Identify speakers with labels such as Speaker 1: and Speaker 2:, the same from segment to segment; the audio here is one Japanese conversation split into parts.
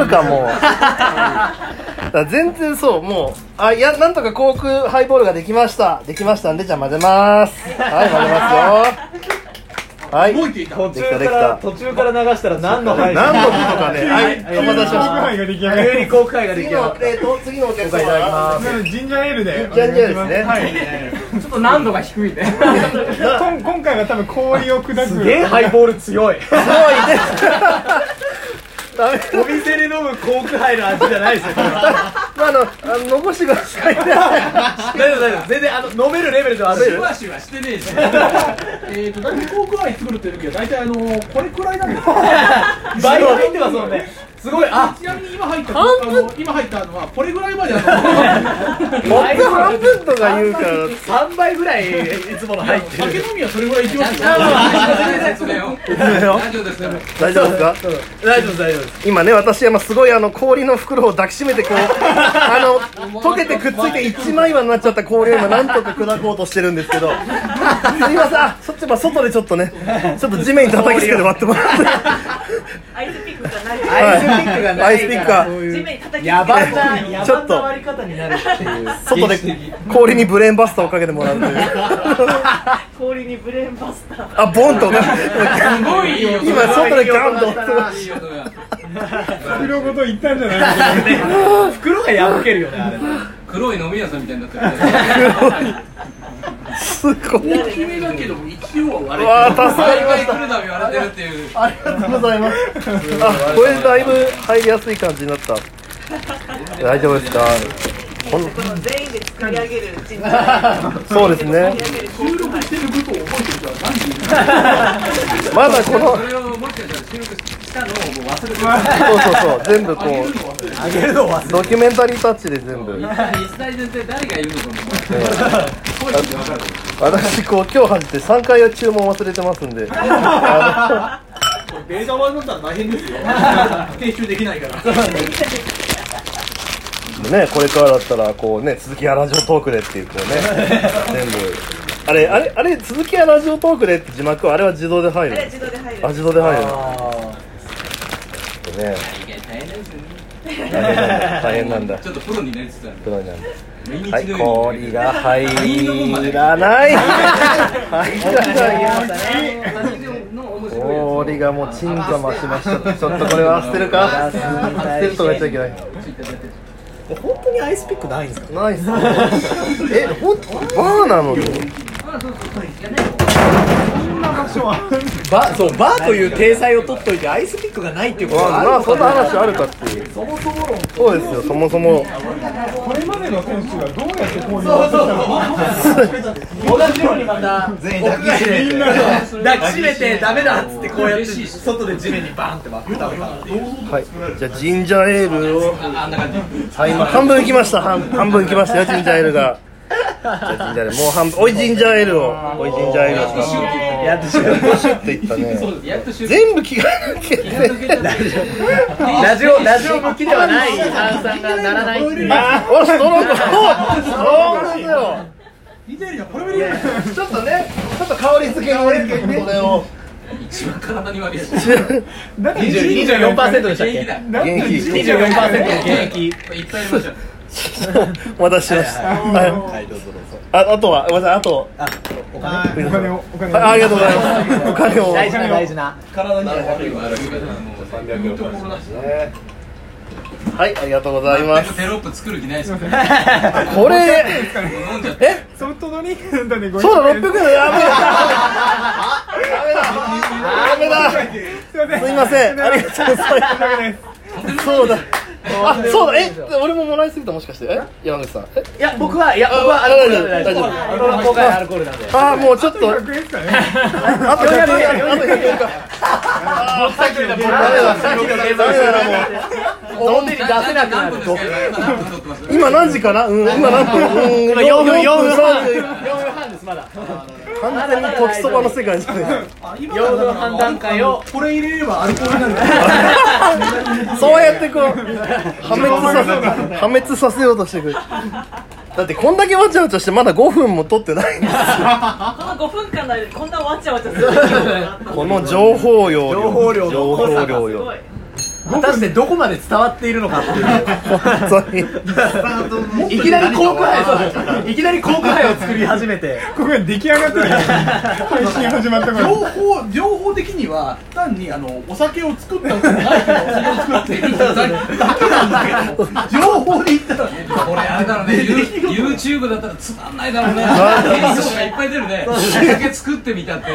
Speaker 1: るかもうだから全然そうもうあいやなんとか航空ハイボールができましたできましたんでじゃあ混ぜますはい混ぜますよはい
Speaker 2: 動いていた
Speaker 1: で
Speaker 3: 途
Speaker 1: き
Speaker 3: 中
Speaker 1: た
Speaker 3: か
Speaker 1: でき
Speaker 3: ら
Speaker 1: た
Speaker 3: 途中から流したら何の配
Speaker 1: 何のことかねはい
Speaker 3: はい
Speaker 1: お待たせしま
Speaker 3: は
Speaker 1: した
Speaker 3: い
Speaker 4: が出来上が
Speaker 3: 急に
Speaker 4: る
Speaker 3: 公開ができ
Speaker 1: 次
Speaker 3: 上がっ
Speaker 1: の
Speaker 3: た
Speaker 1: えーと次のお客様
Speaker 3: いただきま
Speaker 4: なのでジンジャーエールで
Speaker 1: ジンジャーエールですね
Speaker 4: お願いし
Speaker 2: ちょっと難度が低いね
Speaker 4: ますはいこん今回は多分氷を砕く
Speaker 3: すげえハイボール強い
Speaker 1: すごいです ダメ
Speaker 3: お店で飲むコークハイの味じゃないですよこれは
Speaker 1: まああのあの残してくださいね
Speaker 3: 大丈夫大丈夫全然あの飲めるレベルではある
Speaker 2: シュワシュワして ねえしえっと大体航空はいつ来るって言うけど大体あのこれくらいなんですよ
Speaker 3: 倍は入ってますもんねすごいあ
Speaker 2: ちなみに今入ったあの今入ったのはこれぐらいまであ の
Speaker 1: 僕半分とか言うから
Speaker 3: 3倍ぐらいいつもの入って
Speaker 2: 酒
Speaker 3: る
Speaker 2: 飲みはそれぐらい行きますよ
Speaker 5: 大丈夫ですよ。
Speaker 1: 大丈夫ですか
Speaker 3: 大丈夫です大丈夫です
Speaker 1: 今ね私今すごいあの氷の袋を抱きしめてこ うあの溶けてくっついて一枚岩になっちゃった氷 を今なんとか砕こうとしてるんですけどすいませんあそっちまあ外でちょっとねちょっと地面に叩きつけて割ってもらって
Speaker 6: アイスピックがな い
Speaker 3: アイスピックが
Speaker 1: ア
Speaker 3: な
Speaker 1: イスピ
Speaker 3: い
Speaker 1: ッ
Speaker 3: か
Speaker 1: ク
Speaker 3: ら
Speaker 1: が
Speaker 3: そう
Speaker 6: 地
Speaker 3: いう
Speaker 6: 面に叩きつけて
Speaker 3: 野蛮な野
Speaker 1: ちょっ
Speaker 3: 蛮
Speaker 1: と
Speaker 3: な割り方になるっていう
Speaker 1: 外で氷にブレーンバスターをかけてもらう という
Speaker 6: 氷にブレーンバスター
Speaker 1: あボンとね
Speaker 5: すごいいい音
Speaker 1: 今外でガンと
Speaker 5: いい音が。
Speaker 4: 袋ごと言ったんじゃないですか
Speaker 3: 袋が破けるよねあれ
Speaker 5: 黒い飲み屋さんみたいになってる。
Speaker 1: すごい
Speaker 2: 大きめだけど一応は割れてる
Speaker 1: うわー助かりま
Speaker 5: 毎回
Speaker 1: した
Speaker 5: 来るたび笑ってるっていう。
Speaker 1: ありがとうございます。あ、これだいぶ入りやすい感じになった。大丈夫です か。こん
Speaker 6: この全員で作り上げる人材
Speaker 1: そうですね。
Speaker 2: 収録してることを覚えてる人は何人いる
Speaker 1: まだこの
Speaker 5: そ、れを覚えてる人は収録したのをもう忘れてる。
Speaker 1: そうそうそう、全部こう、
Speaker 3: あげるの忘れ
Speaker 1: ドキュメンタリータッチで全部。
Speaker 5: 一大先生誰がいるのかも。声聞いてわかる。
Speaker 1: 私こう、今日初めて三回注文忘れてますんで。あ
Speaker 2: データ版だったら大変ですよ提出できないから
Speaker 1: のね、これからだったら、こうね、続きはラジオトークでっていう、こうね、全部。あれ、あれ、あれ、続きはラジオトークでって字幕は、あれは自動で入
Speaker 6: あれ
Speaker 1: る。
Speaker 6: は自動で入る
Speaker 1: あ、自動で入る。
Speaker 3: あ
Speaker 1: ね、
Speaker 5: 大変ですよね。
Speaker 1: 大変なんだ。
Speaker 5: ちょっとプロになりつつある。
Speaker 1: プロになる。
Speaker 5: 毎日
Speaker 1: はい、
Speaker 5: のように。
Speaker 1: 氷が入らない。入らない。氷がもう沈下増しました。ちょっとこれは捨てるか。捨てるとか言っちゃいけない。
Speaker 3: ー本当にアイスピックないんですか
Speaker 1: ナイス。え、ほんバーなのに。
Speaker 3: バそうバーという体裁を取っといてアイスピックがないっていうこと
Speaker 1: まあ、
Speaker 3: が
Speaker 1: ま
Speaker 3: あ
Speaker 1: あ
Speaker 3: る
Speaker 1: そ
Speaker 3: の
Speaker 1: んな
Speaker 3: かな
Speaker 1: 話あるかっていう。そもそも。そうですよ。そもそも。
Speaker 4: これまでの選手がどうやって氷を渡したのか
Speaker 3: 同じようにまた全員抱きしめて抱きしめてダメだっつってこうやって外で地面にバンって割ったのかっていう
Speaker 1: はい。じゃあジンジャーエールを。
Speaker 5: あんな感じ。
Speaker 1: はい、今半分いきました。半半分いきましたよ。ジンジャーエールが。じゃあジンジャーエールもう半分。おいジンジャーエールを。おいジンジャーエールを。
Speaker 3: やってしまう
Speaker 1: ゴシュっていったね。
Speaker 5: やっと収録。
Speaker 1: 全部着替えなきゃいけない。
Speaker 3: ラジオラジオ向きではない炭酸がならないっていう
Speaker 1: あ、お、ストローク。お、そうなのよ。
Speaker 2: 似てるよこれも似てる
Speaker 1: ちょっとね、ちょっと香り付けをね、これを。
Speaker 5: 一番体に悪いやつ。
Speaker 4: だから
Speaker 3: 24%でしたっ
Speaker 5: 現役
Speaker 3: け
Speaker 5: だ。
Speaker 1: 元気。
Speaker 3: 24%現役
Speaker 5: いっぱいいました。
Speaker 1: お待たせしました。はい
Speaker 3: はいどうぞどうぞ
Speaker 1: あ、あとは、ごめんなさい、あと。
Speaker 3: あお金
Speaker 4: お金をお金
Speaker 1: あ、ありがとうござい
Speaker 4: す
Speaker 1: ます。お金を。
Speaker 3: 大事な大事な
Speaker 5: 体に悪い悪いからもう300円ところだし。
Speaker 1: はい、ありがとうございます。
Speaker 5: テロップ作る気ないですよね。
Speaker 1: これ。
Speaker 5: 飲んじゃって。
Speaker 1: え、
Speaker 4: ソフトドリンクなんだね
Speaker 1: そうだ、六
Speaker 4: 500円
Speaker 1: 百円。やべえ。ダメだ。ダメ
Speaker 4: すいませ
Speaker 1: だ。すいませ
Speaker 4: ん
Speaker 1: ん。ありがとうございます。
Speaker 4: ダメです
Speaker 1: そうだ。あ、そうだ。え、俺ももらいすぎたもしかして。え、山口さん。え、
Speaker 3: いや僕はいや僕はアルコールなんで大丈夫
Speaker 1: 大
Speaker 3: 僕は今回アルコールなんで
Speaker 1: あー、もうちょっと。あ
Speaker 4: 100円ですかね
Speaker 1: と100円、あと100円か。
Speaker 3: さっきの
Speaker 1: ダメだ、さっきの計算だもう。
Speaker 3: 表に出せなくなる
Speaker 5: 何分ですか。何分撮ってます。
Speaker 1: 今何時かな？うん、今何分？うん、
Speaker 3: 今4分4分
Speaker 1: 4
Speaker 3: 4分半ですまだ
Speaker 1: 分。完全に時そばの世界じゃない。
Speaker 3: 4分半段階を
Speaker 2: これ入れればアルコールになる
Speaker 1: そうやってこう破滅させ破滅させようとしてくる。だってこんだけわちゃわちゃしてまだ5分も取ってないんですよ。
Speaker 6: この5分間の間にこ んなわちゃわちゃするのがあった
Speaker 1: この情報量
Speaker 3: 情報量の濃さが
Speaker 1: 情報量
Speaker 6: すご
Speaker 1: よ
Speaker 6: い
Speaker 5: 果たしてどこまで伝わっているのかっていう
Speaker 1: 本当に
Speaker 5: いきなり航空杯そういきなり航空杯を作り始めて
Speaker 4: ここが出来上がってるよ配信始まったから
Speaker 2: 両方両方的には単にあのお酒を作ったことないけどお酒を作っているだけなんだけど両方で言ったらね
Speaker 5: これあれだろうねユー YouTube だったらつまんないだろうね映像がいっぱい出るね酒作ってみたって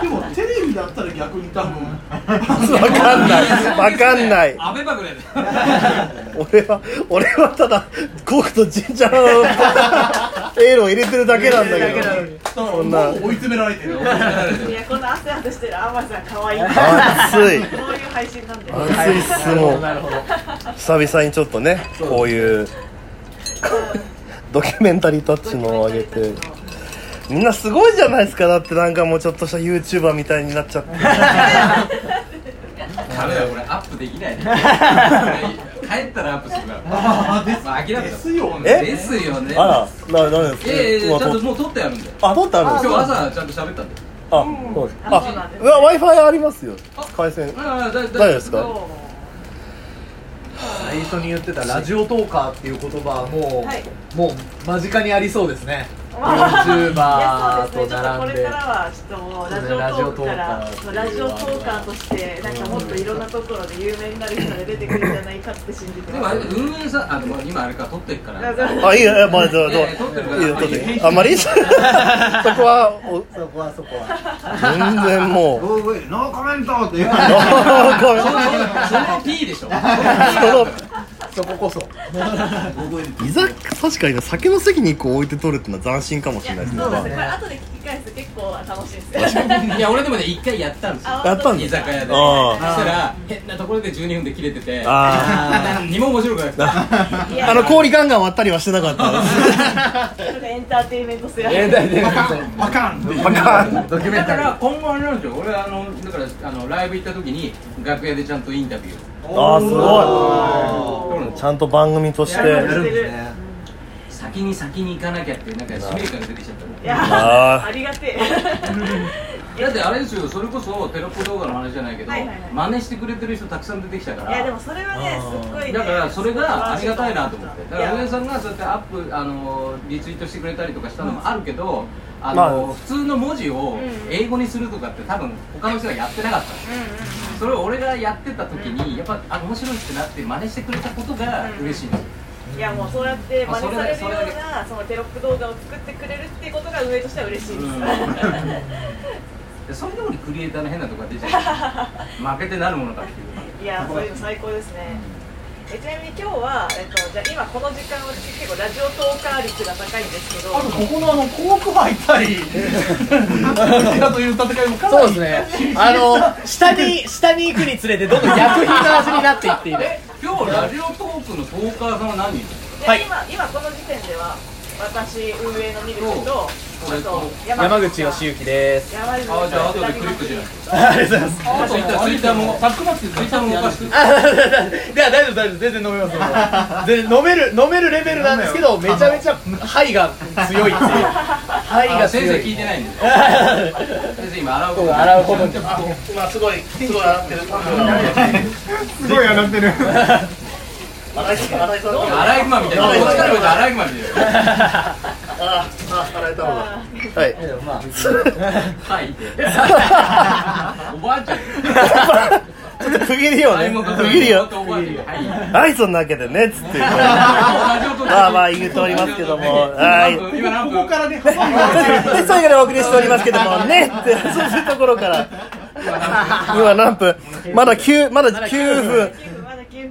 Speaker 2: でもテレビだったら逆に多分
Speaker 1: わかんないわかんない
Speaker 5: アベマぐらい
Speaker 1: 俺は俺はただコークとジンジャーのエールを入れてるだけなんだけど
Speaker 2: そ
Speaker 1: んな
Speaker 2: 追い詰められてる
Speaker 6: いやこの汗汗してるアマさん可愛い。
Speaker 1: 暑い
Speaker 6: こういう配信なんで。
Speaker 1: 暑いっすもう
Speaker 5: なるほど
Speaker 1: 久々にちょっとねこういうドキュメンタリータッチのを上げてみんなすごいじゃないですかだってなんかもうちょっとした YouTuber みたいになっ ちゃって
Speaker 5: ダメだよこれアップでき ないねこれ帰ったらアップするからまあ諦めたですよ
Speaker 1: ね
Speaker 5: ですよね
Speaker 1: あらななんです
Speaker 5: いやいやいや
Speaker 1: 今
Speaker 5: ちゃん
Speaker 1: 撮
Speaker 5: と
Speaker 1: っ
Speaker 5: もう撮ってあるんで
Speaker 1: あ撮ってあるんで
Speaker 5: 今
Speaker 1: す
Speaker 5: 日
Speaker 1: か
Speaker 5: 朝ちゃんと喋ったんで
Speaker 1: あそうです
Speaker 6: あそうな
Speaker 1: あ
Speaker 6: んです
Speaker 1: うわ Wi-Fi ありますよ回線
Speaker 5: ああだ
Speaker 1: 大丈夫です
Speaker 6: どう
Speaker 1: か
Speaker 3: 最初に言ってたラジオトーカーっていう言葉はもう、
Speaker 6: はい
Speaker 3: もう間近にありそうですね
Speaker 6: いや
Speaker 3: YouTuber
Speaker 6: そう
Speaker 3: と
Speaker 6: ですね。ちょっとこ
Speaker 3: 並ん
Speaker 6: れ
Speaker 3: で
Speaker 6: からはちょっともうラジオトークから
Speaker 3: そうね
Speaker 6: ラ
Speaker 3: ラ
Speaker 6: ジ
Speaker 3: ジ
Speaker 6: オ
Speaker 3: オ
Speaker 6: ト
Speaker 3: ト
Speaker 6: ー
Speaker 3: ー
Speaker 6: カ
Speaker 3: カ
Speaker 6: ー
Speaker 3: ー
Speaker 6: としてなんかもっといろんなところで有名になる人が出てくるんじゃないかって信じて
Speaker 5: でもあ
Speaker 6: ま
Speaker 5: れ
Speaker 6: す。
Speaker 5: 運営さんあでも今あれか撮ってるから
Speaker 6: だから
Speaker 1: あいいよいやまあどう
Speaker 5: い
Speaker 1: ど
Speaker 5: やいや撮ってるか
Speaker 1: うい
Speaker 5: ら
Speaker 1: いよ撮ってあんま りそこはお
Speaker 3: そこはそこは
Speaker 1: 全然もう
Speaker 7: おいおいノーコメントって言う
Speaker 1: その
Speaker 5: その P でしょ
Speaker 3: そここそ
Speaker 1: 居酒確かに酒の席にこう置いて取るってのは斬新かもしれないですね
Speaker 6: そうですね。これ後で聞き返すと結構楽しいです。
Speaker 5: いや俺でもね一回やったんですよ
Speaker 1: やったん
Speaker 5: 居
Speaker 1: だ
Speaker 5: 酒屋でそ
Speaker 1: あー
Speaker 5: したら変なところで12分で切れてて
Speaker 1: あ
Speaker 5: 何も面白くなくて
Speaker 1: ああの氷ガンガン割ったりはしてなか った
Speaker 6: エンターテインメント性ある。
Speaker 2: パカン
Speaker 1: バカン
Speaker 3: ドキュメ
Speaker 5: だ
Speaker 3: ン
Speaker 5: か
Speaker 3: タリー
Speaker 5: ら今後あれなんですよ俺あのだからあのライブ行った時に楽屋でちゃんとインタビュー
Speaker 1: あー
Speaker 5: 撮る
Speaker 1: すご
Speaker 5: んで
Speaker 1: い
Speaker 5: す
Speaker 1: ちゃんと番組とし
Speaker 6: や る
Speaker 1: て
Speaker 6: んですね
Speaker 5: 先に先に行かなきゃっていうなんか使命感が出てきちゃった
Speaker 6: いや
Speaker 1: あー
Speaker 6: ありがてえ。
Speaker 5: だってあれですよそれこそテロップ動画の話じゃないけど
Speaker 6: はいはいはい
Speaker 5: 真似してくれてる人たくさん出てきたか
Speaker 6: いやで
Speaker 5: ら
Speaker 6: もそれはねすっごいね
Speaker 5: だからそれがありがたいなと思ってだか
Speaker 6: いや
Speaker 5: ら上田さんがそうやってアップあのリツイートしてくれたりとかしたのもあるけどあ
Speaker 1: ま
Speaker 5: の
Speaker 1: あ
Speaker 5: 普通の文字を
Speaker 6: うん
Speaker 5: 英語にするとかって多分他の人がやってなかったの
Speaker 6: うんうんうん
Speaker 5: それを俺がやってた時にやっぱあ面白いってなって真似してくれたことが嬉しいの
Speaker 6: いやもうそうやって真似されるようなそのテロップ動画を作ってくれるっていうことが上としては嬉しいです。
Speaker 5: うんでそれでもクリエイターの変なとこが出ちゃう 負けてなるものかっていう
Speaker 6: いやそういうの最高ですね。えちなみに今日はえっとじゃあ今この時間は結構ラジオトーカー率が高いんですけど。
Speaker 2: あとここのあのコーク杯対こちらという戦いもかな
Speaker 3: そう
Speaker 2: り
Speaker 3: ですねあの下に下に行くにつれてどんどん薬品の味になっていっている
Speaker 5: 今日ラジオトークのトーカーさんは何人
Speaker 6: で
Speaker 3: はい
Speaker 6: 今今この時点では私運営のミルクと
Speaker 5: そう
Speaker 6: あと
Speaker 3: 山口義
Speaker 6: 之。
Speaker 3: 行です
Speaker 6: 山口
Speaker 5: あじゃあ後でクリックじゃない
Speaker 3: ありがとうございます
Speaker 5: ツイッターツイッターもタックマッチツイッターも動かして
Speaker 3: いや大丈夫大丈夫全然飲めますよ全然飲める飲めるレベルなんですけどめちゃめちゃ肺が強いっていう肺
Speaker 5: あ
Speaker 3: が
Speaker 5: 先
Speaker 3: 強
Speaker 5: 生聞い
Speaker 3: い
Speaker 5: てないんで先生今洗うこ
Speaker 3: そう
Speaker 5: と
Speaker 3: 洗うことに
Speaker 1: 今すごいすごい洗ってる
Speaker 4: すごい洗ってる
Speaker 1: 洗い洗いそう
Speaker 5: 洗い熊みたいなこっちから見ると洗い熊みたいな
Speaker 1: ああ洗えたのだ はい
Speaker 3: まあ
Speaker 5: はいっておばあちゃん
Speaker 1: ちょっと区切りよ
Speaker 5: 買い
Speaker 1: ね
Speaker 5: 物と
Speaker 1: 区切りよ
Speaker 5: おばあちゃんはい
Speaker 1: はいそんなわけでねっつって
Speaker 5: ラジオトーク
Speaker 1: まあまあ言うておりますけど もはい
Speaker 5: 今何分今何分
Speaker 2: からね幅が
Speaker 1: で最後にお送りしておりますけどもねってそういうところから今何分まだ9まだ9分
Speaker 6: まだ9分。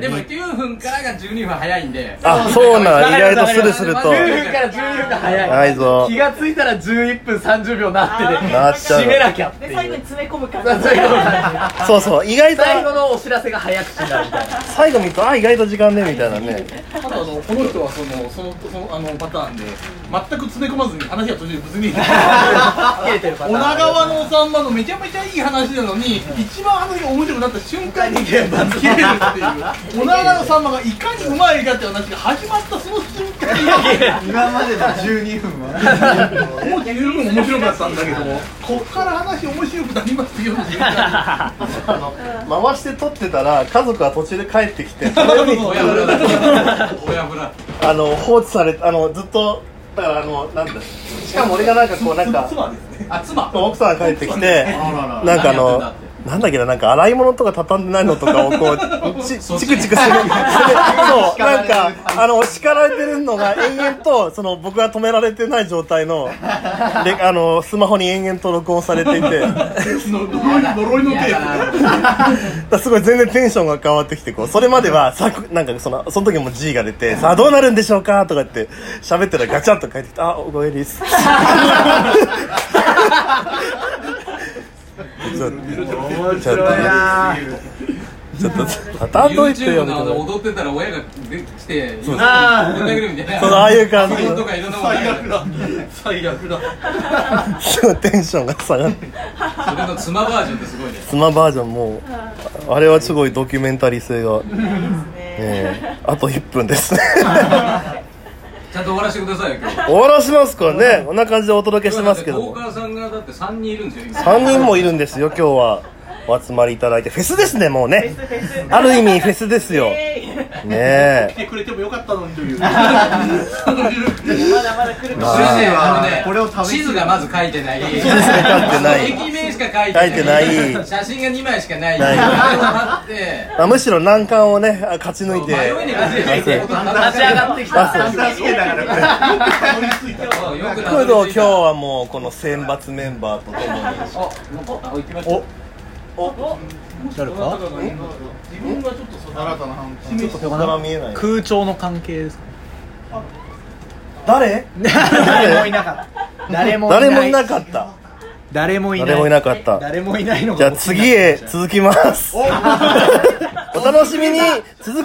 Speaker 5: でも9分からが12分早いんで
Speaker 1: あそうなん意外とスルスルと
Speaker 3: 10分から12分が早い
Speaker 1: はいぞ
Speaker 3: 気がついたら11分30秒なってて
Speaker 1: なっちゃう
Speaker 3: 締めなきゃって
Speaker 6: で
Speaker 3: い
Speaker 6: 最後に
Speaker 3: う
Speaker 6: 詰め込む感 じ。
Speaker 3: そういうこと なんです
Speaker 1: そうそう意外と
Speaker 3: 最後のお知らせが早口になるみたいな
Speaker 1: 最後見るとあ意外と時間ねみたいなね
Speaker 2: ただあのこの人はそのそのそのあのパターンで全く詰め込まずに話が途中で 別に
Speaker 3: 切れてるパターン
Speaker 2: 女川のおさんまのめちゃめちゃいい話なのに一番話が面白くなった瞬間に切れるっていう 小田原さんまがいかにうまいかって話が始まったその瞬間に
Speaker 7: 今までの12分は
Speaker 2: もう十分面白かったんだけど もこっから話面白くなりますよっていう感
Speaker 1: あの回して撮ってたら家族は途中で帰ってきて それに
Speaker 5: 親ぶらだ親ぶら
Speaker 1: あの放置されてあのずっとだからあのなんだしかも俺がなんかこうなんか
Speaker 2: じ妻ですね
Speaker 5: あ妻
Speaker 1: 奥さんが帰ってきて
Speaker 7: あらら
Speaker 1: なんかあの
Speaker 5: 何やってんだっ
Speaker 1: なんだっけななんか洗い物とか畳んでないのとかをこうちチ
Speaker 5: そ
Speaker 1: ク
Speaker 5: っ
Speaker 1: チ
Speaker 5: ち
Speaker 1: クしてるそうなんかあの叱られてるのが延々とその僕が止められてない状態のであのスマホに延々と録音されていてだか
Speaker 2: の呪い呪いのテープ
Speaker 1: らすごい全然テンションが変わってきてこうそれまではさなんかそのその時も G が出てさあどうなるんでしょうかとかって喋ったらガチャッと帰ってきてあおごえりっすちょっとちょっとねちょっと畳んどいて
Speaker 5: YouTube
Speaker 1: よみ
Speaker 5: のあ
Speaker 1: たいな
Speaker 5: の踊ってたら親が出てきてこん
Speaker 7: あ
Speaker 5: なぐるみたい な
Speaker 1: そのああいう感じ
Speaker 5: 不倫とかいろんなものがあるから
Speaker 2: 最悪だ
Speaker 1: すごいテンションが下がって
Speaker 5: それの妻バージョンってすごいね
Speaker 1: 妻バージョンもうあれはすごいドキュメンタリー性が、ええあと1分ですね
Speaker 5: ちゃんと終わらせてくださいよ今日
Speaker 1: 終わらしますからねこんな感じでお届けしてますけど
Speaker 5: 大
Speaker 1: も
Speaker 5: 川さんがだって3人いるんです よ今
Speaker 1: 3人もいるんですよ今日はお集まりいただいてフェスですねもうね
Speaker 6: フェス フェス
Speaker 1: ある意味フェスですよね
Speaker 6: えい
Speaker 1: え
Speaker 2: 来てくれてもよかったのにという
Speaker 6: まだまだ来るか
Speaker 5: 先
Speaker 6: も
Speaker 5: 生あのね
Speaker 7: これを食べきる
Speaker 5: 地図がまず書いてない地図
Speaker 1: が書いてない
Speaker 5: 駅名しか書いてな
Speaker 1: 書
Speaker 5: い
Speaker 1: いてない
Speaker 5: 写真が2枚しかない
Speaker 1: ない
Speaker 5: それを貼って
Speaker 1: まあ、むしろ難関をねあ勝ち抜いて
Speaker 5: 迷いに勝てないってことにな
Speaker 3: 立
Speaker 5: って
Speaker 3: ち上がってきた
Speaker 7: あ助けだから
Speaker 5: そうよく
Speaker 1: これ
Speaker 5: た
Speaker 1: ど
Speaker 5: ど
Speaker 1: う今
Speaker 5: り着い
Speaker 1: 日
Speaker 5: た
Speaker 1: はもうこの選抜メンバーとともに
Speaker 5: あ、お、行きました
Speaker 3: 誰か
Speaker 2: 自分がちょっとそ
Speaker 7: 新たな反
Speaker 1: ちょっとそこから見えない
Speaker 3: 空調の関係ですか
Speaker 1: 誰
Speaker 3: 誰もいなかった誰もいない
Speaker 1: 誰もいなかった
Speaker 3: 誰もいない
Speaker 1: 誰もいなかった
Speaker 3: 誰もいないのが
Speaker 1: じゃあ次へ続きますお楽しみに続く